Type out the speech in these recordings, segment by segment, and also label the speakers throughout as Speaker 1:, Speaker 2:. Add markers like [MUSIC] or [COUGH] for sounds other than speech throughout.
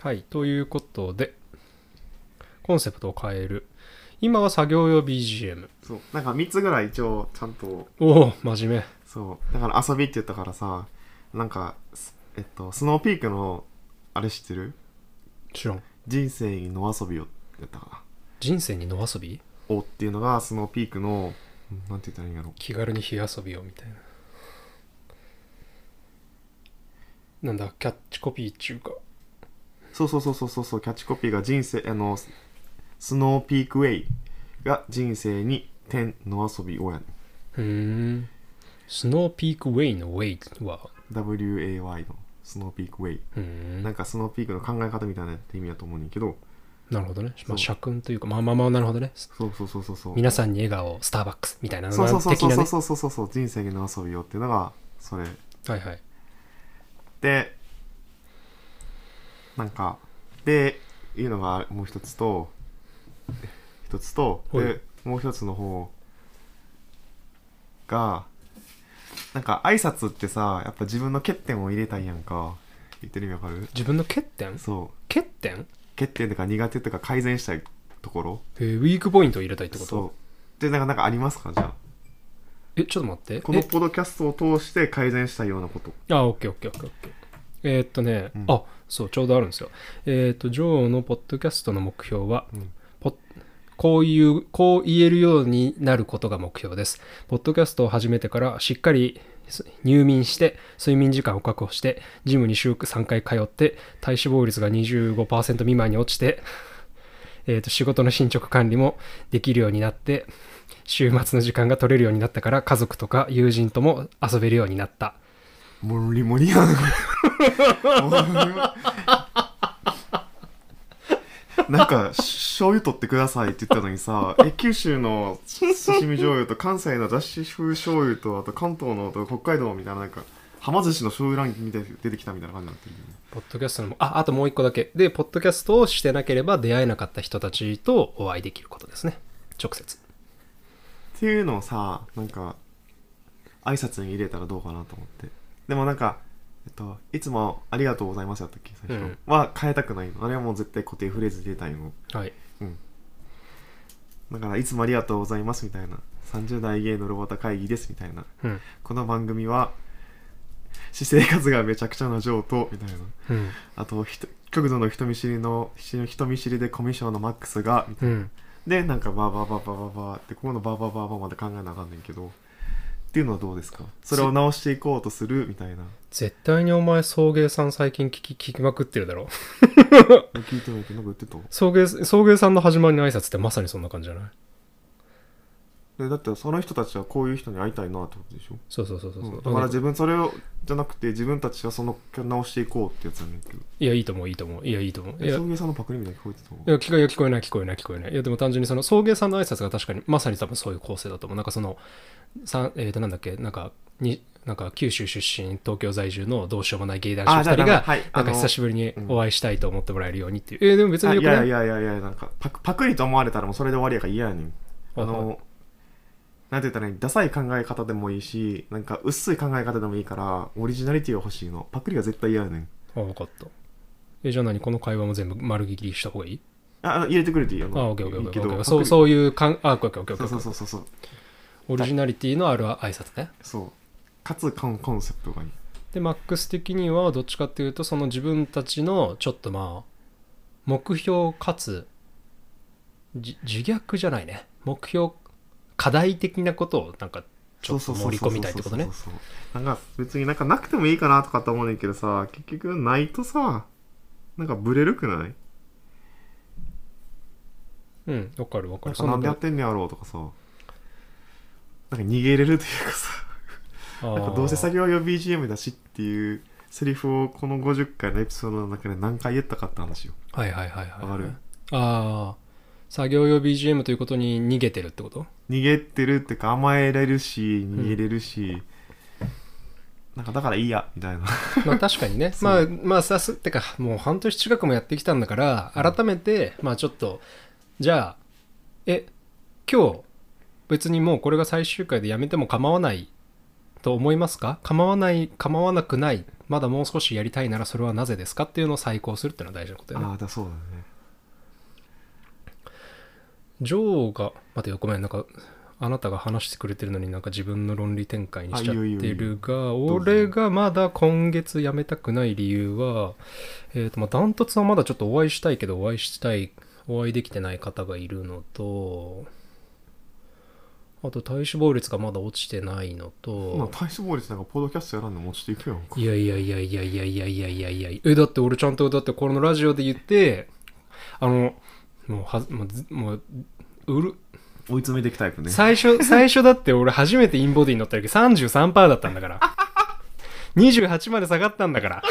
Speaker 1: はい。ということで、コンセプトを変える。今は作業用 BGM。
Speaker 2: そうなんか3つぐらい一応ちゃんと
Speaker 1: おお、真面
Speaker 2: そうだから遊びって言ったからさなんかすえっとスノーピークのあれ知ってる
Speaker 1: 目。知らん。
Speaker 2: 人生に野遊びをやったか
Speaker 1: 人生に野遊び
Speaker 2: なおっていうのがスノーピークのうんなんて言ったらいいんやろ
Speaker 1: 気軽に火遊びをみたいな。なんだ、キャッチコピーっちゅうか。
Speaker 2: そうそうそうそうそうそうキャッチコピーが人生あのススノーピークウェイが人生に天の遊びをやね
Speaker 1: うーん。スノーピークウェイのウェイは、
Speaker 2: WAY のスノーピークウェイ
Speaker 1: うーん。
Speaker 2: なんかスノーピークの考え方みたいなって意味だと思うねんだけど
Speaker 1: なるほどね。ま
Speaker 2: そ
Speaker 1: あ、
Speaker 2: う
Speaker 1: 社訓というか、まあまあまあ、なるほどね。
Speaker 2: そうそうそうそうそう
Speaker 1: 皆さんに笑顔を、スターバックスみたいな、
Speaker 2: そうそうそう
Speaker 1: 的な
Speaker 2: そう
Speaker 1: ね。
Speaker 2: そうそうそうそう人生の遊びよっていうのがそれ
Speaker 1: はいはい。
Speaker 2: でなんかでいうのがもう一つと一つと
Speaker 1: はい
Speaker 2: でもう一つの方がなんか挨拶ってさやっぱ自分の欠点を入れたいやんか言ってる意味わかる
Speaker 1: 自分の欠点
Speaker 2: そう
Speaker 1: 欠点
Speaker 2: 欠点とか苦手とか改善したいところ
Speaker 1: えーウィークポイントを入れたいってこ
Speaker 2: そ
Speaker 1: と
Speaker 2: うでなんかなんかありますかじゃあ
Speaker 1: え、ちょっと待って。
Speaker 2: このポッドキャストを通して改善したいようなこと
Speaker 1: えあ、オッケーオッケーオッケーオッケー。えーっとね、
Speaker 2: うん
Speaker 1: あ、そう、ちょうどあるんですよ。えーっと、ジョーのポッドキャストの目標は、
Speaker 2: うん
Speaker 1: ポッこういう、こう言えるようになることが目標です。ポッドキャストを始めてから、しっかりす入眠して、睡眠時間を確保して、ジムに週3回通って、体脂肪率が25%未満に落ちて、えーっと、仕事の進捗管理もできるようになって、週末の時間が取れるようになったから、家族とか友人とも遊べるようになった。
Speaker 2: もりもりやん。 [LAUGHS] なんか、醤油取ってくださいって言ったのにさ、え、九州の刺身醤油と関西のだし風醤油と、あと関東のと北海道みたいな、なんか、はま寿司の醤油ランキングみたいに出てきたみたいな感じになってるよね。
Speaker 1: ポッドキャストの、あ、あともう一個だけ。で、ポッドキャストをしてなければ出会えなかった人たちとお会いできることですね。直接。
Speaker 2: っていうのをさ、なんか、挨拶に入れたらどうかなと思って。でもなんか、えっと、いつもありがとうございますやったっけ、最初。
Speaker 1: うん
Speaker 2: は変えたくないの。あれはもう絶対固定フレーズ入れたいの。
Speaker 1: はい。
Speaker 2: だから、いつもありがとうございますみたいな。30代芸のロボタ会議ですみたいな。
Speaker 1: うん。
Speaker 2: この番組は、私生活がめちゃくちゃな上等みたいな。
Speaker 1: うん。
Speaker 2: あと、ひと極度の人見知りの、人人見知りでコミュ障のマックスが、みたい
Speaker 1: うん。
Speaker 2: なで、なんかバーバーバーバーバーバーって、ここのバーバーバーバーまで考えなあかんねんけど、っていうのはどうですかそれを直していこうとするみたいな。
Speaker 1: 絶対にお前、送迎さん最近聞き、聞きまくってるだろ。
Speaker 2: 聞いてないけど、なんか言って
Speaker 1: 送迎、送迎さんの始まりの挨拶ってまさにそんな感じじゃない
Speaker 2: たでだって、その人たちはこういう人に会いたいなってことでしょ
Speaker 1: そうそうそうそう
Speaker 2: う
Speaker 1: そ
Speaker 2: ん
Speaker 1: う。
Speaker 2: だから自分それをじゃなくて自分たちがその直していこうってやつなんだけど
Speaker 1: いや、いいと思う、いいと思う。いや、いいと思う。いや、
Speaker 2: え
Speaker 1: い
Speaker 2: 送迎さんのパクリみたいに聞こえてたもん
Speaker 1: や聞こえない、聞こえない、聞こえない、聞こえない。いや、でも単純にその、送迎さんの挨拶が確かに、まさに多分そういう構成だと思う。なんかその、さんえっ、と、なんだっけ、なんか、に、なんか九州出身、東京在住のどうしようもない芸男子
Speaker 2: あ
Speaker 1: 2人
Speaker 2: だから
Speaker 1: が、
Speaker 2: はい
Speaker 1: なんか
Speaker 2: あの
Speaker 1: 久しぶりにお会いしたいと思ってもらえるようにっていう。えーでも別に
Speaker 2: あ
Speaker 1: よ
Speaker 2: い
Speaker 1: くな
Speaker 2: やい
Speaker 1: い
Speaker 2: やいやいやなんかパクパクリと思われたらもうそれで終わりやから嫌やねんあ
Speaker 1: はい
Speaker 2: のなんて言ったらいいダサい考え方でもいいしなんか薄い考え方でもいいからオリジナリティが欲しいのパクリが絶対嫌やねん
Speaker 1: あ、分かった。え、じゃあ何この会話も全部丸切りした方がいい
Speaker 2: ああの入れてくれていいよ
Speaker 1: あ、オッケーオッケーオッケーオッケー。
Speaker 2: そ
Speaker 1: そうう、
Speaker 2: そう
Speaker 1: そういうかん、あ、オッケーオッケーオッケーオッケ
Speaker 2: そうそう
Speaker 1: ー。
Speaker 2: そうそうそう
Speaker 1: オリジナリティのある挨拶ね。
Speaker 2: かつコンコンセプトがいい
Speaker 1: で、マックス的にはどっちかっていうと、その自分たちのちょっとまあ、目標かつ、じ自虐じゃないね。目標、課題的なことをなんかちょっと盛り込みたいってことね
Speaker 2: そう。そうそうそうなんか別になんかなくてもいいかなとかって思うねんけどさ結局ないとさなんかブレるくない
Speaker 1: うん、わかるわか
Speaker 2: なん
Speaker 1: る。
Speaker 2: かなんでやってんねやろうとかさなんか逃げれるというかさ
Speaker 1: あ
Speaker 2: なんか
Speaker 1: ー
Speaker 2: どうせ作業用 BGM だしっていうセリフをこの50回のエピソードの中で何回言ったかって話よ
Speaker 1: はいはいはいはい。
Speaker 2: わかる
Speaker 1: ああ。作業用 BGM ということに逃げてるってこと
Speaker 2: 逃げてるっていうか甘えれるし逃げれるし、なんかだからいいやみたいな
Speaker 1: [LAUGHS] まあ確かにね。まあ、まあさす、ってか、もう半年近くもやってきたんだから、改めて、まあちょっと、じゃあ、え、今日、別にもうこれが最終回でやめても構わないと思いますか構わない、構わなくない、まだもう少しやりたいならそれはなぜですかっていうのを再考するっていうのは大事なことだよね
Speaker 2: ああだそうだね
Speaker 1: ジョーが待てよごめんなんかあなたが話してくれてるのになんか自分の論理展開にしちゃっ
Speaker 2: あいいよいい
Speaker 1: て
Speaker 2: よいいよ
Speaker 1: るが
Speaker 2: ぞ
Speaker 1: 俺がまだ今月辞めたくない理由はえっ、とまあダントツはまだちょっとお会いしたいけどお会いしたいお会いできてない方がいるのとあと体脂肪率がまだ落ちてないの
Speaker 2: そんな
Speaker 1: と
Speaker 2: 体脂肪率なんかポッドキャストやらんの持ちていくやんか
Speaker 1: いやいやいやいやいやいやいやいやいやえだって俺ちゃんとだってこのラジオで言ってあのもうはずもうずもううる
Speaker 2: 追い詰めていくタイプね
Speaker 1: 最初、最初だって俺初めてインボディに乗った時33%だったんだから。28まで下がったんだから。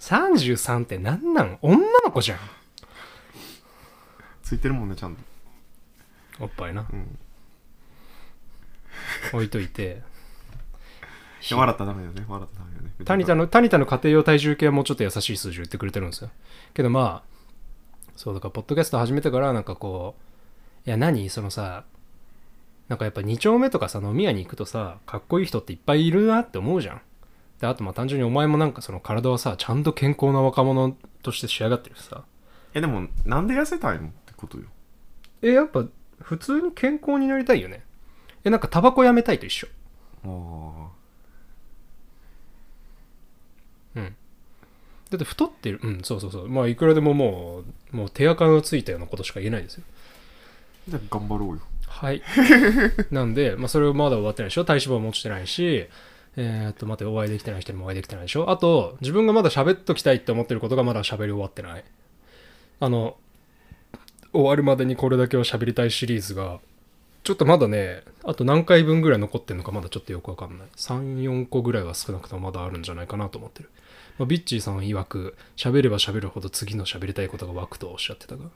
Speaker 1: 33ってなんなん女の子じゃん。
Speaker 2: ついてるもんねちゃんと
Speaker 1: おっぱいな。
Speaker 2: うん
Speaker 1: 置いといて。
Speaker 2: いや笑ったらダメだよね笑ったらダメだよね
Speaker 1: タニタの、タニタの家庭用体重計はもうちょっと優しい数字を言ってくれてるんですよ。けどまあ、そうだから、ポッドキャスト始めてからなんかこう、いや何そのさ、なんかやっぱ2丁目とかさ、飲み屋に行くとさ、かっこいい人っていっぱいいるなって思うじゃん。で、あとまあ単純にお前もなんかその体はさ、ちゃんと健康な若者として仕上がってるしさ。
Speaker 2: えでもなんで痩せたいのってことよ
Speaker 1: え、やっぱ普通に健康になりたいよね。え、なんかタバコやめたいと一緒。
Speaker 2: あ
Speaker 1: だって太ってるうんそうそうそうまあいくらでももうもう手垢のついたようなことしか言えないですよ
Speaker 2: あじゃあ頑張ろうよ
Speaker 1: はい
Speaker 2: [LAUGHS]
Speaker 1: なんで、まあ、それまだ終わってないでしょ体脂肪も落ちてないしえーっと待ってお会いできてない人にもお会いできてないでしょあと自分がまだ喋っときたいって思ってることがまだ喋り終わってないあの終わるまでにこれだけは喋りたいシリーズがちょっとまだねあと何回分ぐらい残ってるのかまだちょっとよくわかんない34個ぐらいは少なくともまだあるんじゃないかなと思ってる、まあ、ビッチーさん曰く喋れば喋るほど次の喋りたいことが湧くとおっしゃってたが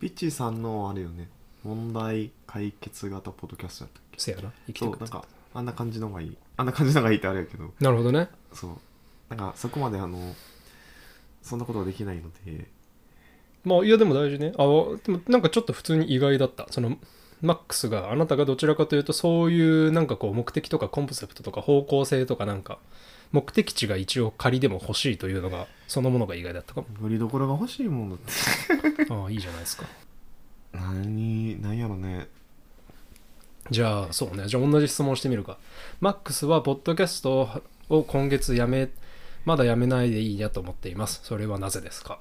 Speaker 2: ピッチーさんのあれよね問題解決型ポッドキャストやったっけ
Speaker 1: せやな生きて
Speaker 2: そ
Speaker 1: く
Speaker 2: うなんかあんな感じのがいいあんな感じのがいいってあれやけど
Speaker 1: なるほどね
Speaker 2: そうなんかそこまであのそんなことはできないので
Speaker 1: まあいやでも大事ねあでもなんかちょっと普通に意外だったそのマックスがあなたがどちらかというとそういうなんかこう目的とかコンセプトとか方向性とかなんか目的地が一応仮でも欲しいというのがそのものが意外だったかも
Speaker 2: よりどころが欲しいもんだって
Speaker 1: ああいいじゃないですか
Speaker 2: 何何やろね
Speaker 1: じゃあそうねじゃあ同じ質問してみるかマックスはポッドキャストを今月やめまだやめないでいいやと思っていますそれはなぜですか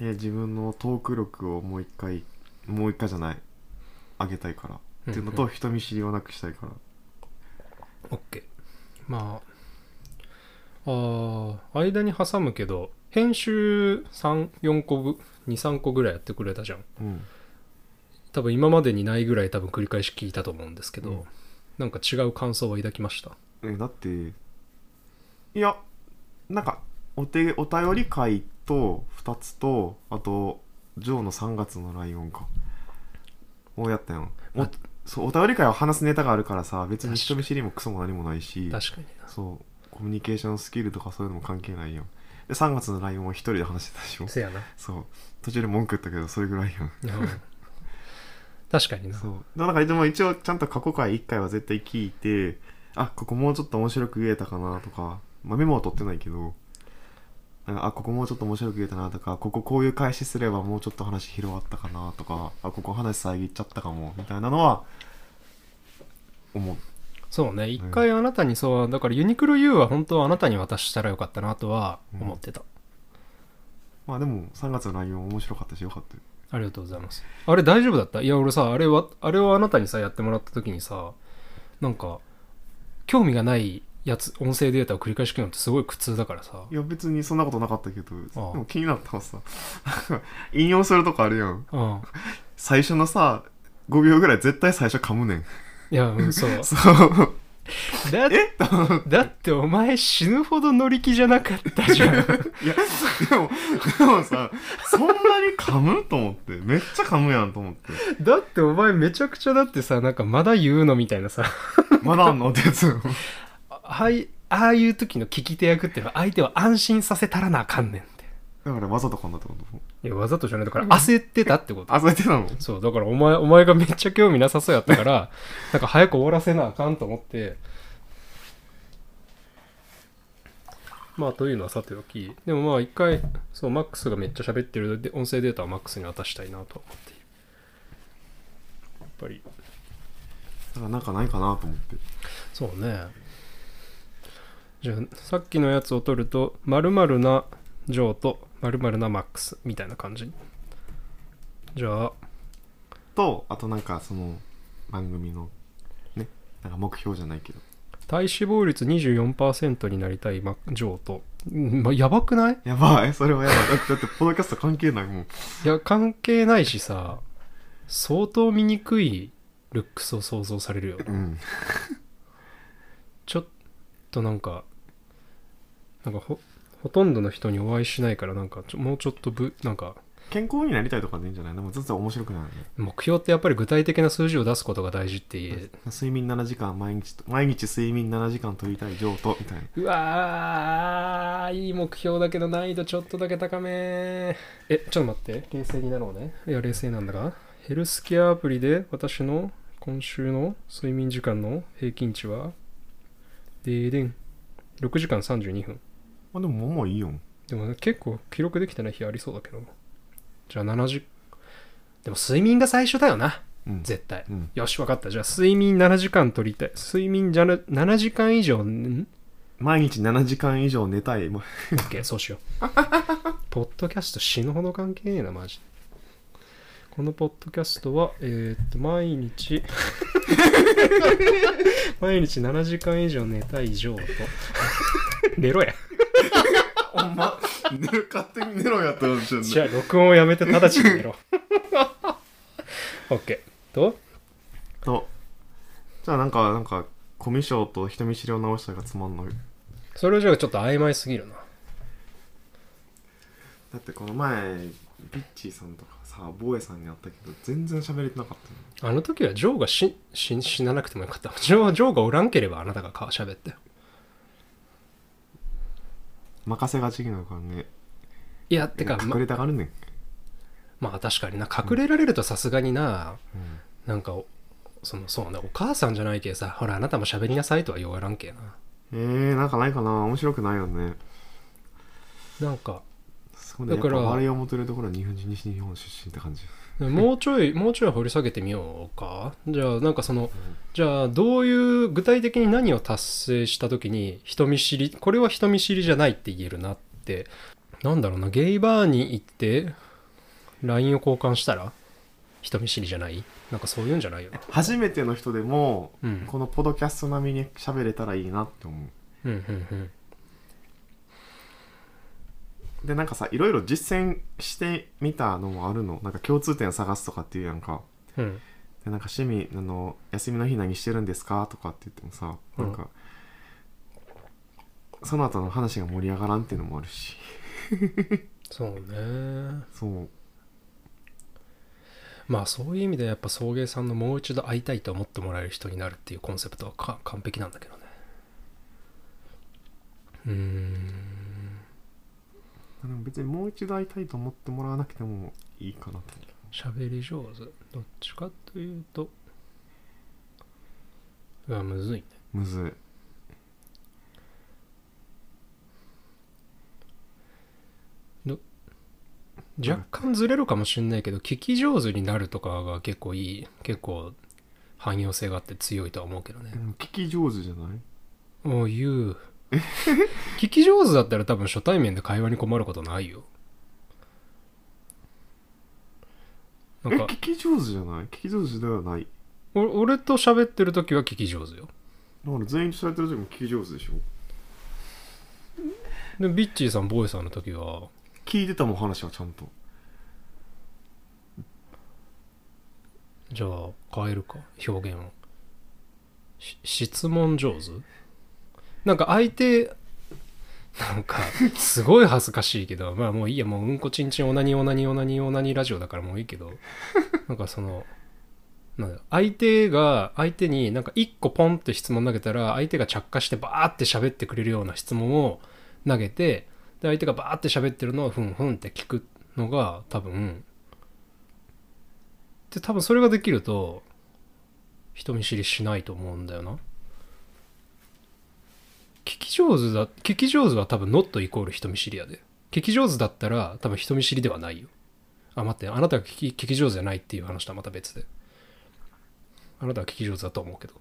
Speaker 2: え自分のトーク力をもう一回もう一回じゃない上げたいからっていうの
Speaker 1: う
Speaker 2: と人見知りをなくしたいから
Speaker 1: OK まああー間に挟むけど編集34個ぐ23個ぐらいやってくれたじゃん
Speaker 2: うん
Speaker 1: 多分今までにないぐらい多分繰り返し聞いたと思うんですけど、
Speaker 2: うん
Speaker 1: なんか違う感想は抱きました
Speaker 2: えだっていやなんかお手お便り会と2つとあとジョーの3月のライオンかをやったやんお
Speaker 1: あ
Speaker 2: そうお便り会は話すネタがあるからさ別に
Speaker 1: 確か
Speaker 2: 人見知りもクソも何もないし
Speaker 1: 確かに
Speaker 2: そうコミュニケーションスキルとかそういうのも関係ないやんで3月のライオンは1人で話してたでしょ
Speaker 1: なせやな
Speaker 2: そう途中で文句言ったけどそれぐらいやん [LAUGHS]
Speaker 1: うん確かにな
Speaker 2: そうでもなんかでも一応ちゃんと過去回1回は絶対聞いてあここもうちょっと面白く言えたかなとか、まあ、メモは取ってないけどなんかあここもうちょっと面白く言えたなとかこここういう開始すればもうちょっと話広がったかなとかあここ話遮っちゃったかもみたいなのは思う
Speaker 1: そうね一回あなたにそう、だからユニクロ U は本当はあなたに渡したらよかったなとは思ってた、
Speaker 2: まあでも3月の内容面白かったしよかったよ
Speaker 1: ありがとうございます。あれ大丈夫だったいや、俺さ、あれは、あれをあなたにさ、やってもらった時にさ、なんか、興味がないやつ、音声データを繰り返し聞くのってすごい苦痛だからさ。
Speaker 2: いや別にそんなことなかったけど
Speaker 1: ああ
Speaker 2: でも気になったのさ [LAUGHS] 引用するとこあるやん
Speaker 1: うん。
Speaker 2: 最初のさ5秒ぐらい絶対最初噛むねん
Speaker 1: いや、うん、そう。
Speaker 2: そう
Speaker 1: [LAUGHS] だって、だってお前死ぬほど乗り気じゃなかったじゃ [LAUGHS] ん。
Speaker 2: いや、でも、でもさ、そんなに噛むと思って。めっちゃ噛むやんと思って。
Speaker 1: だってお前めちゃくちゃだってさ、なんかまだ言うのみたいなさ、
Speaker 2: まだあんのってやつ。
Speaker 1: あああいああいう時の聞き手役っていうのは相手を安心させたらなあかんねんって。
Speaker 2: だからわざと噛んだってこと
Speaker 1: いや、わざとじゃない。だから焦ってたってこと。
Speaker 2: あ、そうやってたの
Speaker 1: そう、だからお前、お前がめっちゃ興味なさそうやったから、なんか早く終わらせなあかんと思って、まあというのはさておきでもまあ一回そうマックスがめっちゃ喋ってるで音声データをマックスに渡したいなとは思っているやっぱり
Speaker 2: からなんかないかなと思って
Speaker 1: そうねじゃあさっきのやつを取ると〇〇なジョーと〇〇なマックスみたいな感じじゃあ
Speaker 2: とあとなんかその番組のねなんか目標じゃないけど
Speaker 1: 体脂肪率24%になりたいマジョーと、うんまあ、やばくない
Speaker 2: やばいそれはやばいだってだってポッドキャスト関係ないもん
Speaker 1: いや関係ないしさ相当醜いルックスを想像されるよね
Speaker 2: うん
Speaker 1: ちょっとなんかなんかほほとんどの人にお会いしないからなんかちょもうちょっとぶなんか
Speaker 2: 健康になりたいとかでいいんじゃないでも全然面白くないよね
Speaker 1: 目標ってやっぱり具体的な数字を出すことが大事って言え、
Speaker 2: 睡眠7時間毎日と毎日睡眠7時間取りたい上とみたいな
Speaker 1: うわーいい目標だけど難易度ちょっとだけ高めえちょっと待って冷静になろうねいや冷静なんだがヘルスケアアプリで私の今週の睡眠時間の平均値はでーでん6時間32分
Speaker 2: まあでももういいよ
Speaker 1: でも結構記録できてない日ありそうだけどなじゃあ7時でも睡眠が最初だよな
Speaker 2: うん
Speaker 1: 絶対、
Speaker 2: うん
Speaker 1: よし分かったじゃあ睡眠7時間取りたい睡眠じゃな7時間以上ん
Speaker 2: 毎日7時間以上寝たいもう [LAUGHS]
Speaker 1: OK そうしようポッドキャスト死ぬほど関係ねえなマジでこのポッドキャストはえーっと毎
Speaker 2: [LAUGHS]
Speaker 1: 日毎日7時間以上寝た以上と寝ろや
Speaker 2: ほんま寝る勝手に寝ろやったらし
Speaker 1: じゃあ録音をやめて直ちに
Speaker 2: [LAUGHS]
Speaker 1: 寝ろ OK と
Speaker 2: とじゃあなんかなんかコミュ障と人見知りを直したがつまんない
Speaker 1: それじゃあちょっと曖昧すぎるな
Speaker 2: だってこの前ビッチーさんとかさボーエさんに会ったけど全然喋れてなかったの
Speaker 1: あの時はジョーがしし死ななくてもよかったジョージョーがおらんければあなたがか喋ったよ
Speaker 2: 任せがちなのからね
Speaker 1: いやてかま
Speaker 2: 隠れたがるねん、
Speaker 1: まあ確かにな隠れられるとさすがにな、なんかおそのそうねお母さんじゃないけさほらあなたも喋りなさいとは言わらんけな
Speaker 2: えー、なんかないかな面白くないよね
Speaker 1: なんか
Speaker 2: そうね
Speaker 1: だから
Speaker 2: やっぱ我を求めるところは日本人西日本出身って感じ
Speaker 1: もうちょいもうちょい掘り下げてみようかじゃあなんかそのじゃあどういう具体的に何を達成した時に人見知りこれは人見知りじゃないって言えるなってなんだろうなゲイバーに行って LINE を交換したら人見知りじゃないなんかそういうんじゃないよな
Speaker 2: 初めての人でも、
Speaker 1: うん
Speaker 2: このポドキャスト並みに喋れたらいいなって思
Speaker 1: うんうんうん
Speaker 2: うでなんかさいろいろ実践してみたのもあるのなんか共通点を探すとかっていうやんか
Speaker 1: うん
Speaker 2: でなんか趣味あの休みの日何してるんですかとかって言ってもさ
Speaker 1: うん
Speaker 2: なんか、その後の話が盛り上がらんっていうのもあるし
Speaker 1: そうね
Speaker 2: そう
Speaker 1: まあそういう意味でやっぱ送迎さんのもう一度会いたいと思ってもらえる人になるっていうコンセプトはか完璧なんだけどねうーん
Speaker 2: あでも別にもう一度会いたいと思ってもらわなくてもいいかなと
Speaker 1: 喋り上手どっちかというとうわむずいね
Speaker 2: むずい
Speaker 1: 若干ずれるかもしんないけど聞き上手になるとかが結構いい結構汎用性があって強いとは思うけどね
Speaker 2: でも聞き上手じゃない
Speaker 1: おう言う聞き上手だったら多分初対面で会話に困ることないよな
Speaker 2: え
Speaker 1: んか
Speaker 2: 聞き上手じゃない聞き上手ではない
Speaker 1: お俺と喋ってる時は聞き上手よ
Speaker 2: だから全員と喋ってる時も聞き上手でしょ
Speaker 1: でビッチーさんボーイさんの時は
Speaker 2: 聞いてたもん話はちゃんと
Speaker 1: じゃあ変えるか表現をし質問上手なんか相手なんかすごい恥ずかしいけどま [LAUGHS] あもういいやもううんこちんちんオナニーオナニーオナニーオナニーラジオだからもういいけどなんかそのなんだろう相手が相手になんか一個ポンって質問投げたら相手が着火してバーって喋ってくれるような質問を投げてで相手がバーって喋ってるのをふんふんって聞くのが多分で多分それができると人見知りしないと思うんだよな聞き上手だ聞き上手は多分ノットイコール人見知りやで聞き上手だったら多分人見知りではないよあ待ってあなたが聞き聞き上手じゃないっていう話とはまた別であなたは聞き上手だと思うけど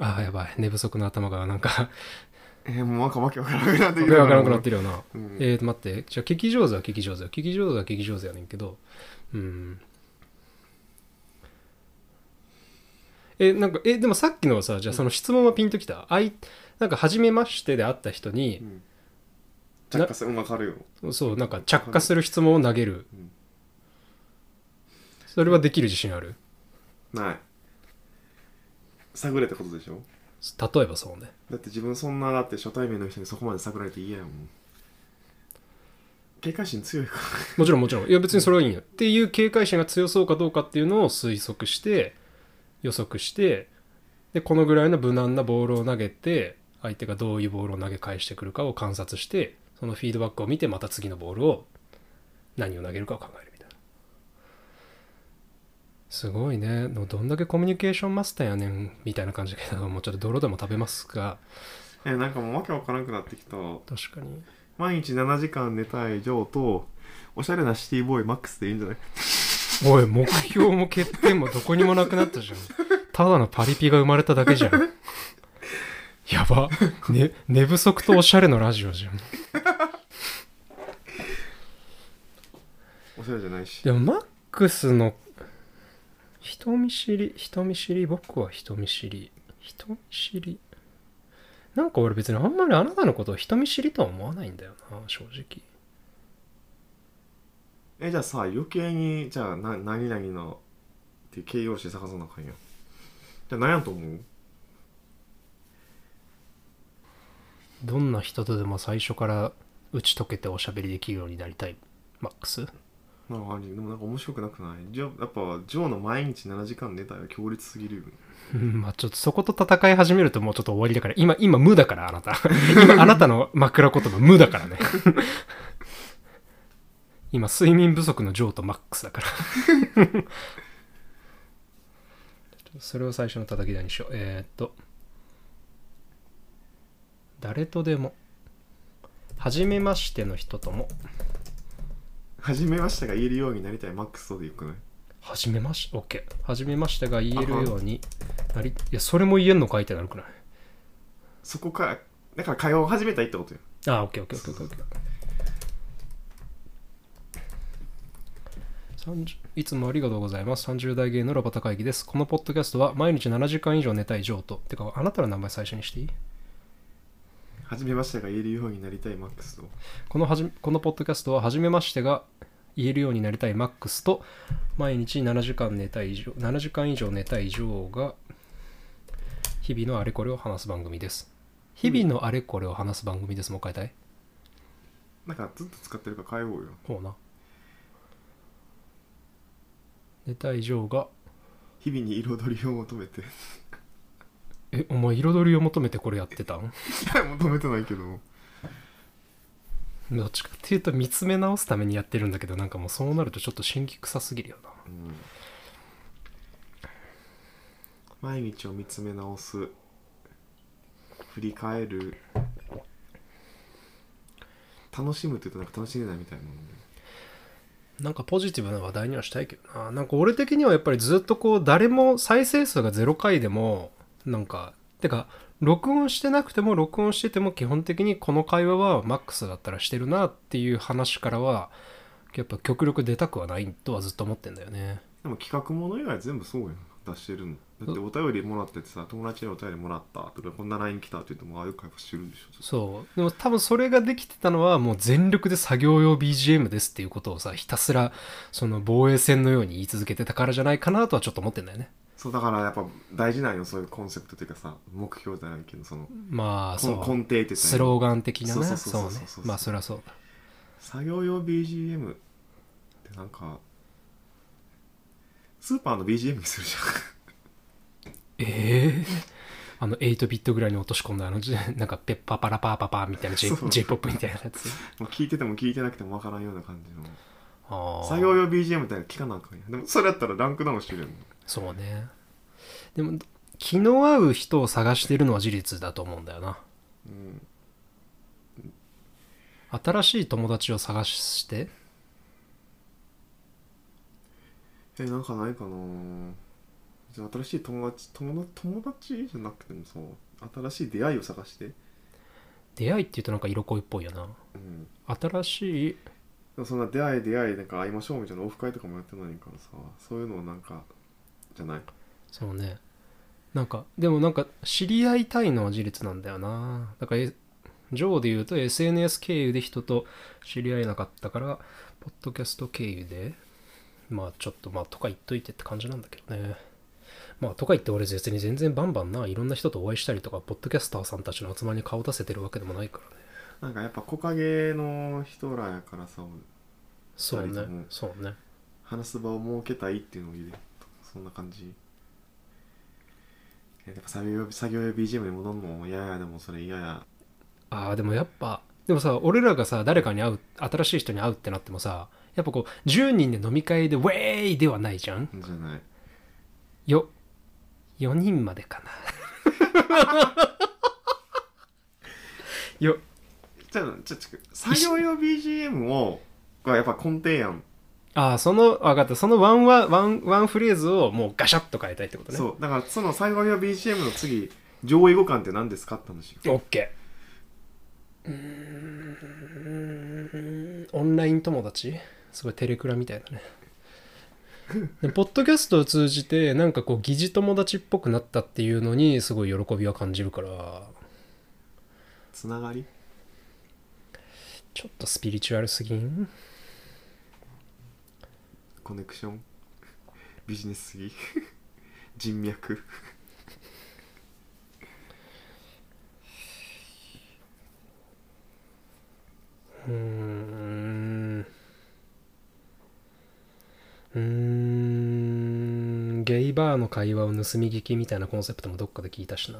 Speaker 1: あーやばい寝不足の頭がなんか
Speaker 2: えー、もうなんかわけわからなくなって
Speaker 1: わ
Speaker 2: き
Speaker 1: け
Speaker 2: た
Speaker 1: わからなくなってるよな、
Speaker 2: うん
Speaker 1: えーと待ってじゃあ聞き上手は聞き上手よ聞き上手は聞き上手やねんけどうんえなんかえでもさっきのさじゃあその質問はピンときた、あいなんか初めましてで会った人に、
Speaker 2: 着火するうんわかるよ
Speaker 1: そうなんか着火する質問を投げる、
Speaker 2: うん
Speaker 1: それはできる自信ある
Speaker 2: ない探れってことでしょ
Speaker 1: 例えばそうね
Speaker 2: だって自分そんなだって初対面の人にそこまで探られて嫌やもん警戒心強いから
Speaker 1: もちろんもちろんいや別にそれはいいんよっていう警戒心が強そうかどうかっていうのを推測して予測してでこのぐらいの無難なボールを投げて相手がどういうボールを投げ返してくるかを観察してそのフィードバックを見てまた次のボールを何を投げるかを考えるみたいなすごいねでもどんだけコミュニケーションマスターやねんみたいな感じだけどもうちょっと泥でも食べますが
Speaker 2: えなんかもうわけわからなくなってきた
Speaker 1: 確かに
Speaker 2: 毎日7時間寝たいジョーとおしゃれなシティボーイマックスでいいんじゃない
Speaker 1: おい目標も欠点もどこにもなくなったじゃんただのパリピが生まれただけじゃんやば、ね、寝不足とおしゃれのラジオじゃん
Speaker 2: おしゃれじゃないし
Speaker 1: でもマックスの人見知り人見知り僕は人見知り人見知りなんか俺別にあんまりあなたのことを人見知りとは思わないんだよな正直
Speaker 2: えじゃあさ余計にじゃあな何々のっていう形容詞探さなあかんよじゃあ何やと思う
Speaker 1: どんな人とでも最初から打ち解けておしゃべりできるようになりたいマックス
Speaker 2: なんかあれでもなんか面白くなくないじゃやっぱジョーの毎日7時間寝たいは強烈すぎるよ
Speaker 1: うんまあちょっとそこと戦い始めるともうちょっと終わりだから、今、今無だから、あなた。 [LAUGHS] 今、あなたの枕言葉無だからね。 [LAUGHS] 今、睡眠不足のジョーとマックスだから。 [LAUGHS] それを最初の叩き台にしよう。えーっと。誰とでも。初めましての人とも。
Speaker 2: 初めましてが言えるようになりたいマックスとでよくない
Speaker 1: はじめまして、OK。はじめましてが言えるようになり、いや、それも言えんのかいってなるくない
Speaker 2: そこからだから会話を始めたいってことよ
Speaker 1: あ、オッケーオッケーオッケーオッケー。30いつもありがとうございます。30代芸のラバタ会議です。このポッドキャストは毎日7時間以上寝たいジョーと。てか、あなたの名前最初にしていい
Speaker 2: 初めましてが言えるようになりたいマックスと
Speaker 1: このはじこのポッドキャストは、初めましてが言えるようになりたいマックスと、毎日7時間寝たい以上、7時間以上寝たいジョーが、日々のあれこれを話す番組です。日々のあれこれを話す番組です。もう一回言いたい
Speaker 2: なんかずっと使ってるから変えようよ
Speaker 1: ほうな。寝たいジョーが、
Speaker 2: 日々に彩りを求めて [LAUGHS] い
Speaker 1: え、お前彩りを求めてこれやってたん [LAUGHS]
Speaker 2: や求めてないけど
Speaker 1: どっちかっていうと見つめ直すためにやってるんだけど、なんかもうそうなるとちょっと心機臭すぎるよな。
Speaker 2: 毎日を見つめ直す振り返る楽しむって言うとなんか楽しめないみたいなもんね
Speaker 1: なんかポジティブな話題にはしたいけどな。なんか俺的にはやっぱりずっとこう、誰も再生数が0回でも、なんか、てか、録音してなくても録音してても基本的にこの会話はマックスだったらしてるなっていう話からは、やっぱ極力出たくはないとはずっと思ってんだよね。
Speaker 2: でも企画もの以外全部そうやん出してるのだってお便りもらっててさ友達にお便りもらったとかこんな LINE 来たって言ってもああいう会話してるんでしょ
Speaker 1: そうでも多分それができてたのはもう全力で作業用 BGM ですっていうことをさひたすらその防衛戦のように言い続けてたからじゃないかなとはちょっと思ってんだよね
Speaker 2: そうだからやっぱ大事なんよそういうコンセプトというかさ目標じゃないけどその
Speaker 1: まあ
Speaker 2: こ
Speaker 1: そ
Speaker 2: の根底
Speaker 1: う
Speaker 2: って言ったらいいの
Speaker 1: スローガン的な
Speaker 2: そうそ
Speaker 1: ね
Speaker 2: うそう
Speaker 1: そ
Speaker 2: そう
Speaker 1: ね
Speaker 2: うそうそう
Speaker 1: まあそりゃそうだ
Speaker 2: 作業用 BGM ってなんかスーパーの BGM にす [LAUGHS] るじ
Speaker 1: ええ [LAUGHS] あの8ビットぐらいに落とし込んだあの [LAUGHS] じなんかペッパパラパーパパーみたいな J-
Speaker 2: そう
Speaker 1: J−POP みたいなや
Speaker 2: [LAUGHS]
Speaker 1: つ
Speaker 2: ゃんもう聞いてても聞いてなくてもわからんような感じの
Speaker 1: ああ
Speaker 2: 作業用 BGM って聞かなあかんやんでもそれやったらランクダウンしてるやん
Speaker 1: そうねでも気の合う人を探してるのは事実だと思うんだよな
Speaker 2: うん
Speaker 1: 新しい友達を探して
Speaker 2: えなんかないかなじゃあ新しい友達友達友達じゃなくてもさ新しい出会いを探して
Speaker 1: 出会いって言うとなんか色恋っぽいよな
Speaker 2: うん
Speaker 1: 新しい
Speaker 2: でもそんな出会い出会いなんか会いましょうみたいなオフ会とかもやってないからさそういうのはなんかじゃない
Speaker 1: そうねなんかでもなんか知り合いたいのは事実なんだよなだからえジョーで言うと SNS 経由で人と知り合えなかったからポッドキャスト経由でまあちょっとまあとか言っといてって感じなんだけどねまあとか言って俺別に全然バンバンないろんな人とお会いしたりとかポッドキャスターさんたちの集まりに顔出せてるわけでもないからね
Speaker 2: なんかやっぱ木陰の人らやからさ
Speaker 1: そう
Speaker 2: 二人と
Speaker 1: ね
Speaker 2: も
Speaker 1: そうね
Speaker 2: 話す場を設けたいっていうのを入れるとそんな感じえやっぱ作業作業用 BGM に戻るのも嫌やでもそれ嫌や
Speaker 1: ああでもやっぱでもさ俺らがさ誰かに会う新しい人に会うってなってもさやっぱこう10人で飲み会でウェーイではないじゃん
Speaker 2: じゃない
Speaker 1: よ4人までかな [LAUGHS] よ
Speaker 2: じゃあちょちょ作業用 BGM をがやっぱ根底やん
Speaker 1: ああその分かったそのワンワワンワンフレーズをもうガシャッと変えたいってことね
Speaker 2: そうだからその作業用 BGM の次上位互換って何ですかって話よ
Speaker 1: オッケーうーんオンライン友達すごいテレクラみたいだねでポッドキャストを通じてなんかこう疑似友達っぽくなったっていうのにすごい喜びは感じるから
Speaker 2: つながり
Speaker 1: ちょっとスピリチュアルすぎん
Speaker 2: コネクションビジネスすぎ [LAUGHS] 人脈
Speaker 1: うーんうーんゲイバーの会話を盗み聞きみたいなコンセプトもどっかで聞いたしな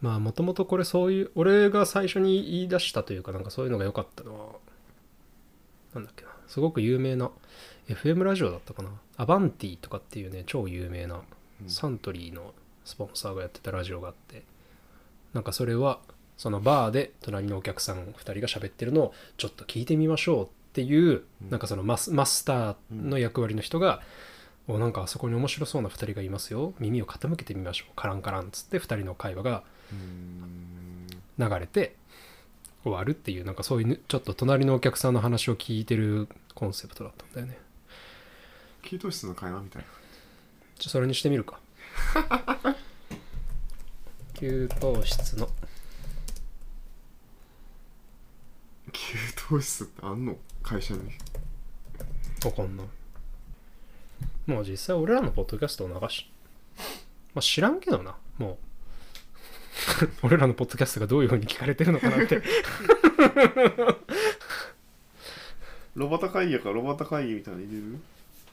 Speaker 1: まあもともとこれそういう俺が最初に言い出したというかなんかそういうのが良かったのはなんだっけなすごく有名な FM ラジオだったかなアバンティとかっていうね超有名な
Speaker 2: うん
Speaker 1: サントリーのスポンサーがやってたラジオがあってなんかそれはそのバーで隣のお客さん2人が喋ってるのをちょっと聞いてみましょうっていう、
Speaker 2: うん
Speaker 1: なんかそのマスマスターの役割の人が、おなんかあそこに面白そうな2人がいますよ耳を傾けてみましょうカランカランっつって2人の会話が
Speaker 2: うー
Speaker 1: 流
Speaker 2: ん
Speaker 1: れて終わるっていうなんかそういうねちょっと隣のお客さんの話を聞いてるコンセプトだったんだよね
Speaker 2: 給湯室の会話みたいな
Speaker 1: じゃあそれにしてみるか給湯室の
Speaker 2: 給湯室ってあんの会社に
Speaker 1: わかんない。もう実際俺らのポッドキャストを流し、まあ知らんけどな、もう。 [LAUGHS] 俺らのポッドキャストがどういう風に聞かれてるのかなって。
Speaker 2: ロボット会議やからロボット会議みたいなの入れる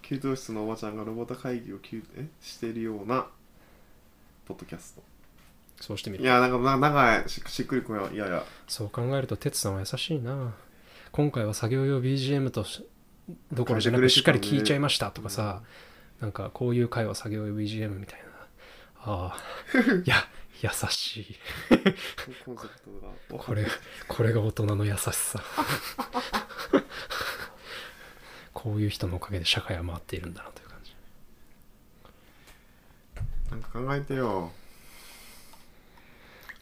Speaker 2: 給湯室のおばちゃんがロボット会議をきゅえしてるようなポッドキャスト
Speaker 1: そうしてみ
Speaker 2: い
Speaker 1: る。
Speaker 2: やなんかな長いししっくりこないいやいや
Speaker 1: そう考えると、哲さんは優しいな。今回は作業用 BGM としどころじゃなくしっかり聞いちゃいましたとかさ、なんかこういう回は作業用 BGM みたいな。 [LAUGHS] ああ、いや、優しい。
Speaker 2: コンセプトが
Speaker 1: これこれが大人の優しさこういう人のおかげで社会は回っているんだなという感じ
Speaker 2: なんか考えてよ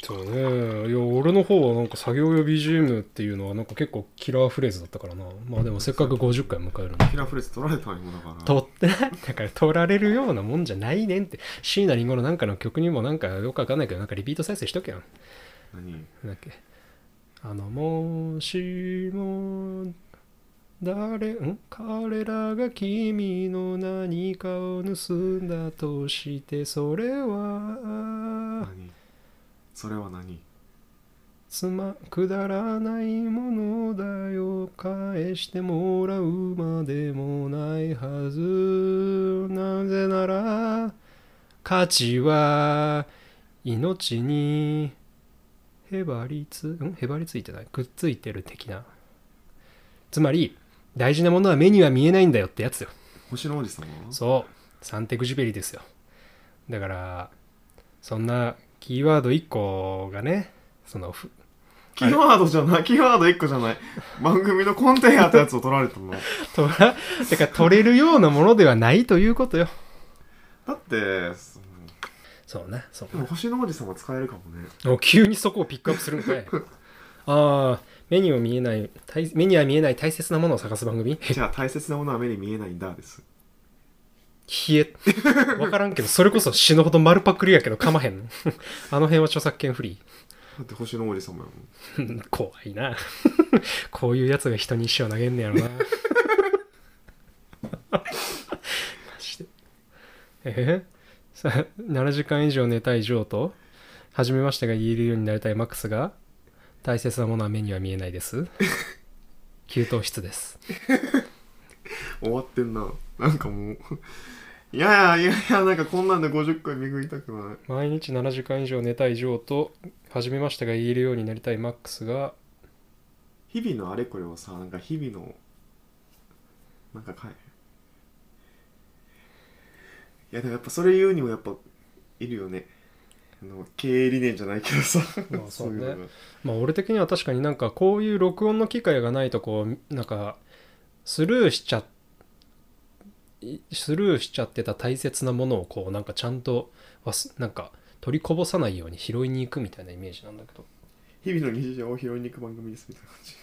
Speaker 1: そうねいや俺の方はなんか作業用 BGM っていうのはなんか結構キラーフレーズだったからなまあでもせっかく50回迎えるの
Speaker 2: キラーフレーズ取られたんよだから
Speaker 1: 取って [LAUGHS] ないだから取られるようなもんじゃないねんって椎名林檎のなんかの曲にもなんかよくわかんないけどなんかリピート再生しとけよ
Speaker 2: 何
Speaker 1: なんだっけあのもしも誰ん彼らが君の何かを盗んだとしてそれは
Speaker 2: 何それは何
Speaker 1: つまくだらないものだよ返してもらうまでもないはずなぜなら価値は命にへばりつんへばりついてないくっついてる的なつまり大事なものは目には見えないんだよってやつよ
Speaker 2: 星の王子様
Speaker 1: そうサンテグジュベリですよだからそんなキーワード1個がねそのふ
Speaker 2: キーワードじゃない、キーワード1個じゃない。番組のコンテンやったやつを取られたの。
Speaker 1: とらだから取れるようなものではないということよ
Speaker 2: だって、その
Speaker 1: そうなそ
Speaker 2: で
Speaker 1: う
Speaker 2: も星の王子様使えるかもね。
Speaker 1: なお急にそこをピックアップするのかいああ目には見えない大目には見えない大切なものを探す番組
Speaker 2: じゃあ大切なものは目に見えないんだです。
Speaker 1: 冷 [LAUGHS] え分からんけどそれこそ死ぬほど丸パクリやけどかまへんあの辺は著作権フリー
Speaker 2: だって星の王子様やもん。
Speaker 1: うん [LAUGHS] 怖いなこういうやつが人に石を投げんねやろなマジでえさ7時間以上寝たいジョーと初めましてが言えるようになりたいマックスが大切なものは目には見えないです給湯室です
Speaker 2: 終わってんな。なんかもう。いやいやいやいや、なんかこんなんで50回巡りたくない。
Speaker 1: 毎日7時間以上寝たいジョーと初めましてが言えるようになりたいマックスが
Speaker 2: 日々のあれこれをさ、なんか日々の、なんかかい。いやでもやっぱそれ言うにもやっぱいるよね。あの経営理念じゃないけどさ。
Speaker 1: まあそうね
Speaker 2: いのが
Speaker 1: まあ俺的には確かになんかこういう録音の機会がないとこうなんかスルーしちゃいスルーしちゃってた大切なものをこうなんかちゃんと忘なんか取りこぼさないように拾いに行くみたいなイメージなんだけど
Speaker 2: 日々の日常を拾いに行く番組ですみたいな感じ。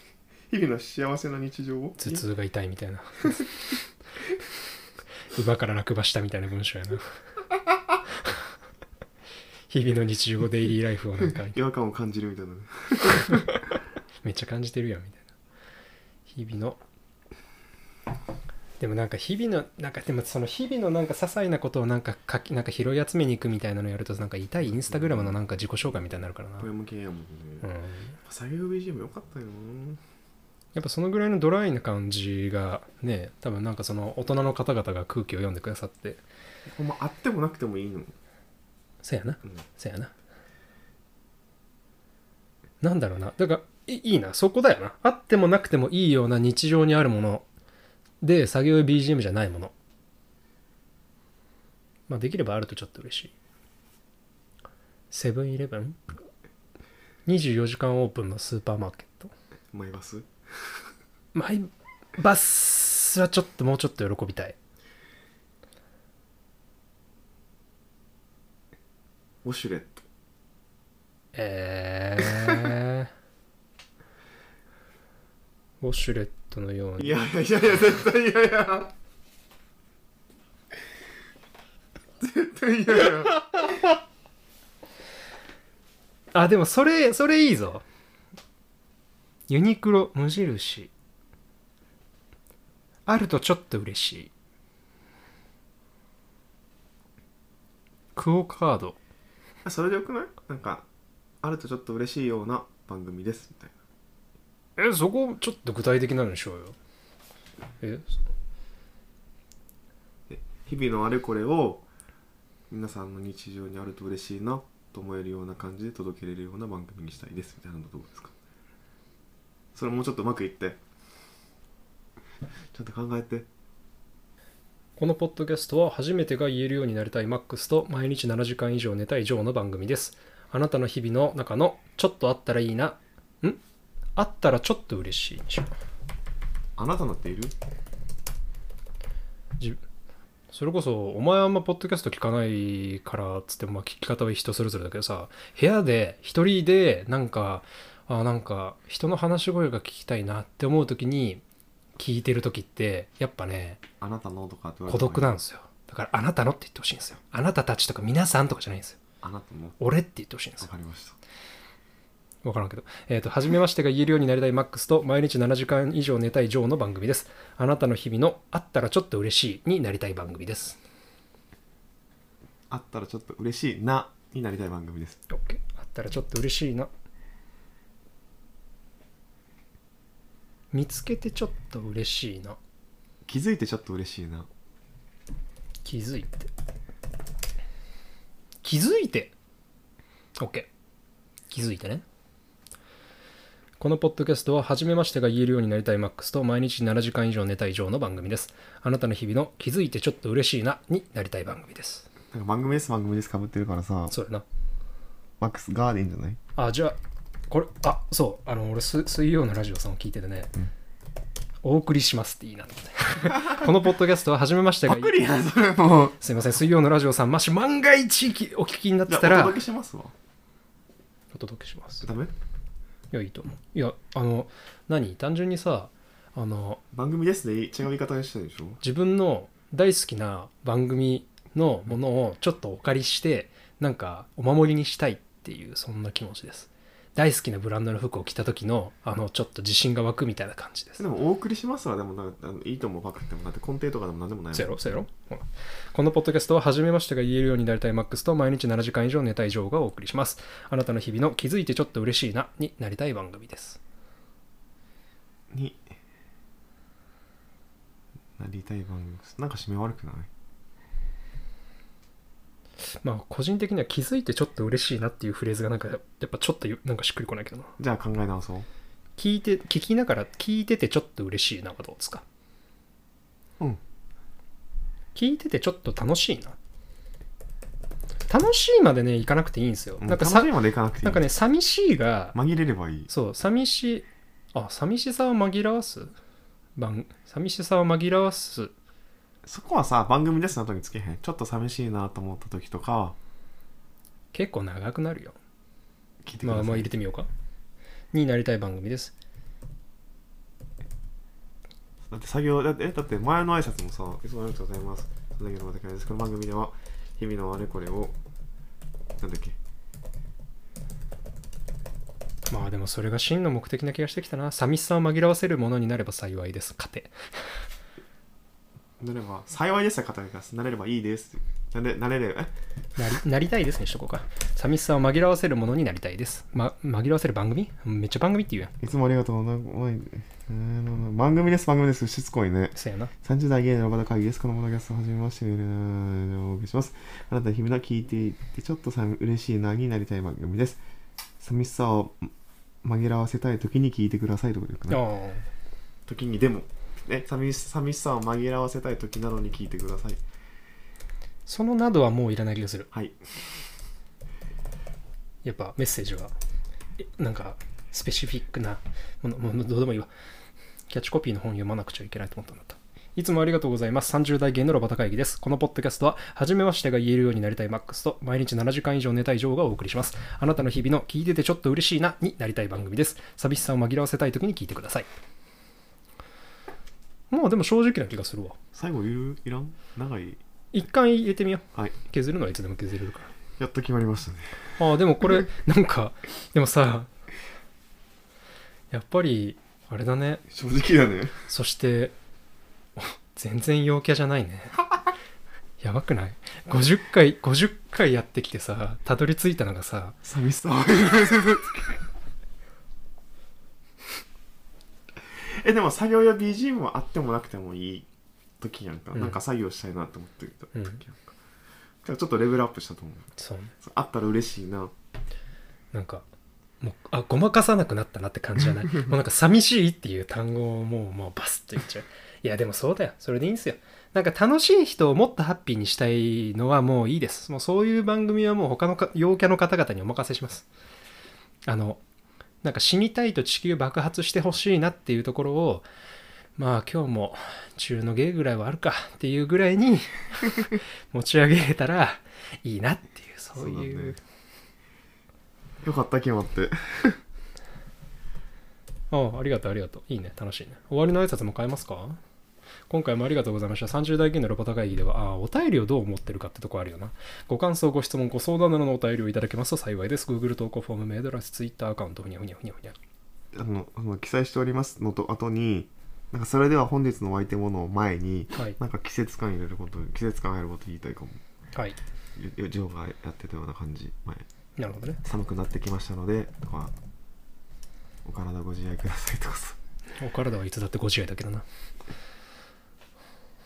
Speaker 2: 日々の幸せな日常を。
Speaker 1: 頭痛が痛いみたいな [LAUGHS] 馬から落馬したみたいな文章やな日々の日常デイリーライフをなんか
Speaker 2: 違和感を感じるみたいなね。
Speaker 1: めっちゃ感じてるやんみたいな日々のでもなんか日々のなんかでもその日々のなんか些細なことをなんか書きなんか拾い集めに行くみたいなのやるとなんか痛いインスタグラムのなんか自己紹介みたいになるからな、
Speaker 2: こ
Speaker 1: う
Speaker 2: れ
Speaker 1: ん、
Speaker 2: も経営やもんね。作業 BGM 良かったよな。
Speaker 1: やっぱそのぐらいのドライな感じがね多分なんかその大人の方々が空気を読んでくださって
Speaker 2: ほんまあってもなくてもいいの。
Speaker 1: そやな
Speaker 2: うん
Speaker 1: そやななんだろうなだからいいいなそこだよなあってもなくてもいいような日常にあるもので作業用 BGM じゃないものまあできればあるとちょっと嬉しいセブンイレブン24時間オープンのスーパーマーケット
Speaker 2: マイバス
Speaker 1: マイバスはちょっともうちょっと喜びたい
Speaker 2: ウォシュレット。
Speaker 1: えー
Speaker 2: [LAUGHS]
Speaker 1: ウォシュレットのように
Speaker 2: いやいやいやいや、絶対いやいや。絶対いやいや。
Speaker 1: あでもそれそれいいぞユニクロ無印あるとちょっと嬉しいクオカード
Speaker 2: あそれでよくないなんか、あるとちょっと嬉しいような番組ですみたい
Speaker 1: えそこちょっと具体的なのにしようよえ
Speaker 2: な。日々のあれこれを、皆さんの日常にあると嬉しいなと思えるような感じで届けれるような番組にしたいですみたいなのどうですかそれもうちょっとうまくいって。ちゃんと考えて。
Speaker 1: このポッドキャストは初めてが言えるようになりたいマックスと毎日7時間以上寝たいジョーの番組です。あなたの日々の中のちょっとあったらいいな。んあったらちょっと嬉しいにしよう
Speaker 2: あなたのっている
Speaker 1: じそれこそお前あんまポッドキャスト聞かないからっつってもまあ聞き方は人それぞれだけどさ部屋で一人でなんかあなんか人の話し声が聞きたいなって思う時に聞いてる時ってやっぱね
Speaker 2: あなたのとかって言われ
Speaker 1: 孤
Speaker 2: た
Speaker 1: 独なんですよだからあなたのって言ってほしいんですよあなたたちとか皆さんとかじゃないんですよ
Speaker 2: あなたの
Speaker 1: 俺って言ってほしいんですよ
Speaker 2: わかりました
Speaker 1: わからんけど。えっ、と、初めましてが言えるようになりたいマックスと、毎日7時間以上寝たいジョーの番組です。あなたの日々の、あったらちょっと嬉しいになりたい番組です。
Speaker 2: あったらちょっと嬉しいなになりたい番組です
Speaker 1: OK。あったらちょっと嬉しいな。見つけてちょっと嬉しいな。
Speaker 2: 気づいてちょっと嬉しいな
Speaker 1: 気づいて。気づいて !OK。気づいてね。このポッドキャストは、初めましてが言えるようになりたいマックスと、毎日7時間以上寝た以上の番組です。あなたの日々の気づいてちょっと嬉しいなになりたい番組です。
Speaker 2: なんか番組です番組ですかぶってるからさ
Speaker 1: そうやな
Speaker 2: マックスガーデンじゃない
Speaker 1: あじゃあこれあそうあの俺す水曜のラジオさんを聞いててね、
Speaker 2: うん
Speaker 1: お送りしますっていい [LAUGHS] なと思ってこのポッドキャストは初めましてが
Speaker 2: パクリやんそれもう
Speaker 1: すいません水曜のラジオさんもし万が一きお聞きになっ
Speaker 2: [LAUGHS]
Speaker 1: て
Speaker 2: じゃあお
Speaker 1: たら
Speaker 2: 届けしますわ
Speaker 1: お届けします
Speaker 2: ダメ
Speaker 1: いやいいと思ういやあの何単純にさあの
Speaker 2: 番組ですね違う言い方にしたでしょ
Speaker 1: 自分の大好きな番組のものをちょっとお借りしてなんかお守りにしたいっていうそんな気持ちです大好きなブランドの服を着た時のあのちょっと自信が湧くみたいな感じです
Speaker 2: でもお送りしますわでもなんかあのいいと思うパクってもだって根底とかでも何でもないもん
Speaker 1: そうやろそうやろほらこのポッドキャストは初めましてが言えるようになりたいマックスと毎日7時間以上寝た以上がお送りしますあなたの日々の気づいてちょっと嬉しいなになりたい番組です
Speaker 2: になりたい番組ですなんか締め悪くない
Speaker 1: まあ個人的には気づいてちょっと嬉しいなっていうフレーズがなんかやっぱちょっとなんかしっくりこないけどな
Speaker 2: じゃあ考え直そう
Speaker 1: 聞いて聞きながら聞いててちょっと嬉しいなはどうですか
Speaker 2: うん
Speaker 1: 聞いててちょっと楽しいな楽しいまでねいかなくていいんですよ
Speaker 2: もう
Speaker 1: なんかさ
Speaker 2: 楽しみまでいかなくていい
Speaker 1: なんかね寂しいが
Speaker 2: 紛れればいい
Speaker 1: そう寂しいあ寂しさを紛らわす番寂しさを紛らわす
Speaker 2: そこはさ番組ですの後につけへんちょっと寂しいなと思った時とか
Speaker 1: 結構長くなるよ
Speaker 2: 聞いてく
Speaker 1: ま
Speaker 2: ださ
Speaker 1: あ
Speaker 2: い、
Speaker 1: まあ入れてみようかになりたい番組です
Speaker 2: だって作業だってえだって前の挨拶もさ「いつもありがとうございます」「それだけのまた会です」この番組では日々のあれこれをなんだっけ
Speaker 1: まあでもそれが真の目的な気がしてきたな寂しさを紛らわせるものになれば幸いです糧
Speaker 2: なれば幸いですは語りますなれればいいですなれなれればえ
Speaker 1: なり [LAUGHS] なりたいですねしとこうか寂しさを紛らわせるものになりたいです、ま、紛らわせる番組めっちゃ番組って言うやん
Speaker 2: いつもありがとうなまあえー番組です番組ですしつこいね
Speaker 1: そうやな
Speaker 2: 30代芸能の方会議ですこのモノキャスト始めましてえーお送りしますあなたの日々の聞いていてちょっとさ嬉しいなになりたい番組です寂しさを紛らわせたい時に聞いてくださいとかですね
Speaker 1: あ
Speaker 2: 時にでもね寂し寂しさを紛らわせたい時なのに聞いてください
Speaker 1: そのなどはもういらない気がする
Speaker 2: はい
Speaker 1: やっぱメッセージはえなんかスペシフィックなものもうもうどうでもいいわキャッチコピーの本読まなくちゃいけないと思ったんだったいつもありがとうございます。30代芸のロバタ会議です。このポッドキャストは、初めましてが言えるようになりたいマックスと、毎日7時間以上寝た以上がお送りします。あなたの日々の聞いててちょっと嬉しいなになりたい番組です。寂しさを紛らわせたい時に聞いてください。まあでも正直な気がするわ。
Speaker 2: 最後いるいらん長い
Speaker 1: 一回入れてみよ。
Speaker 2: はいう
Speaker 1: 削るのはいつでも削れるから。
Speaker 2: やっと決まりましたね
Speaker 1: ああでもこれなんかでもさやっぱりあれだね
Speaker 2: 正直だね
Speaker 1: そしてお全然陽キャじゃないねやばくない50回50回やってきてさたどり着いたのがさ
Speaker 2: 寂し [LAUGHS] さを紛らわせたいえでも作業や BGM はあってもなくてもいい時やんか、
Speaker 1: うん
Speaker 2: なんか作業したいなって思ってる時
Speaker 1: う
Speaker 2: や
Speaker 1: ん
Speaker 2: んか、じゃあちょっとレベルアップしたと思う
Speaker 1: そう
Speaker 2: そうあったら嬉しいな
Speaker 1: なんかもうあごまかさなくなったなって感じじゃないもうなんか寂しいっていう単語をもうもうバスッと言っちゃういやでもそうだよそれでいいんですよなんか楽しい人をもっとハッピーにしたいのはもういいですもうそういう番組はもう他のか陽キャの方々にお任せしますあのなんか死にたいと地球爆発してほしいなっていうところをまあ今日も中の芸ぐらいはあるかっていうぐらいに持ち上げれたらいいなっていうそうい
Speaker 2: そ
Speaker 1: う
Speaker 2: うだねよかった決まって
Speaker 1: ああ、ありがとう、ありがとう。いいね、楽しいね。終わりの挨拶も変えますか今回もありがとうございました。30代議員のロボタ会議では、ああ、お便りをどう思ってるかってとこあるよな。ご感想、ご質問、ご相談などのお便りをいただけますと幸いです。Google 投稿フォーム、メールアドレス、Twitter アカウント、ふにゃふにゃふにゃふにゃ。
Speaker 2: あのあの記載しておりますのと後になんかそれでは本日のお相手ものを前に
Speaker 1: はい。
Speaker 2: なんか季節感入れること季節感入ること言いたいかも
Speaker 1: はい。
Speaker 2: よよジョーがやってたような感じ前
Speaker 1: なるほどね。
Speaker 2: 寒くなってきましたのでとかお体ご自愛くださいとかさ
Speaker 1: お体はいつだってご自愛だけどな。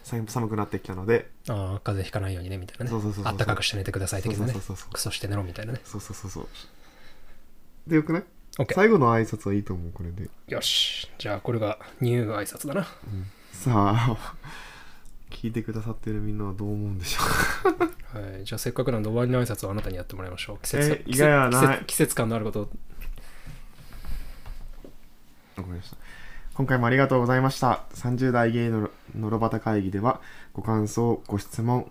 Speaker 2: 寒寒くなってきたので
Speaker 1: ああ、風邪ひかないようにね、みたいなね。
Speaker 2: そうそうそうそう
Speaker 1: あったかくして寝てください的なね
Speaker 2: そうそうそうそう。
Speaker 1: クソして寝ろ、みたいなね。
Speaker 2: そうそうそうそうでよくない
Speaker 1: OK。
Speaker 2: 最後の挨拶はいいと思うこれで、
Speaker 1: よし。じゃあ、これがニュー挨拶だな。
Speaker 2: さあ [LAUGHS] 聞いてくださってるみんなはどう思うんでしょうか
Speaker 1: はい、じゃあせっかくなんで終わりの挨拶をあなたにやってもらいましょう季
Speaker 2: え
Speaker 1: 節季
Speaker 2: 意外は
Speaker 1: 節季
Speaker 2: ない
Speaker 1: 節季節感のあることを
Speaker 2: わかりました今回もありがとうございました30代ゲイののろばた会議ではご感想ご質問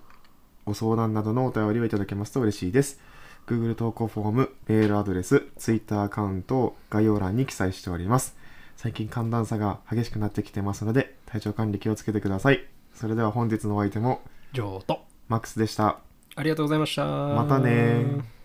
Speaker 2: ご相談などのお便りをいただけますと嬉しいです Google 投稿フォームメールアドレス Twitter アカウントを概要欄に記載しております最近寒暖差が激しくなってきてますので体調管理気をつけてくださいそれでは本日のお相手も
Speaker 1: 上と
Speaker 2: マックスでした
Speaker 1: ありがとうございましたま
Speaker 2: またねー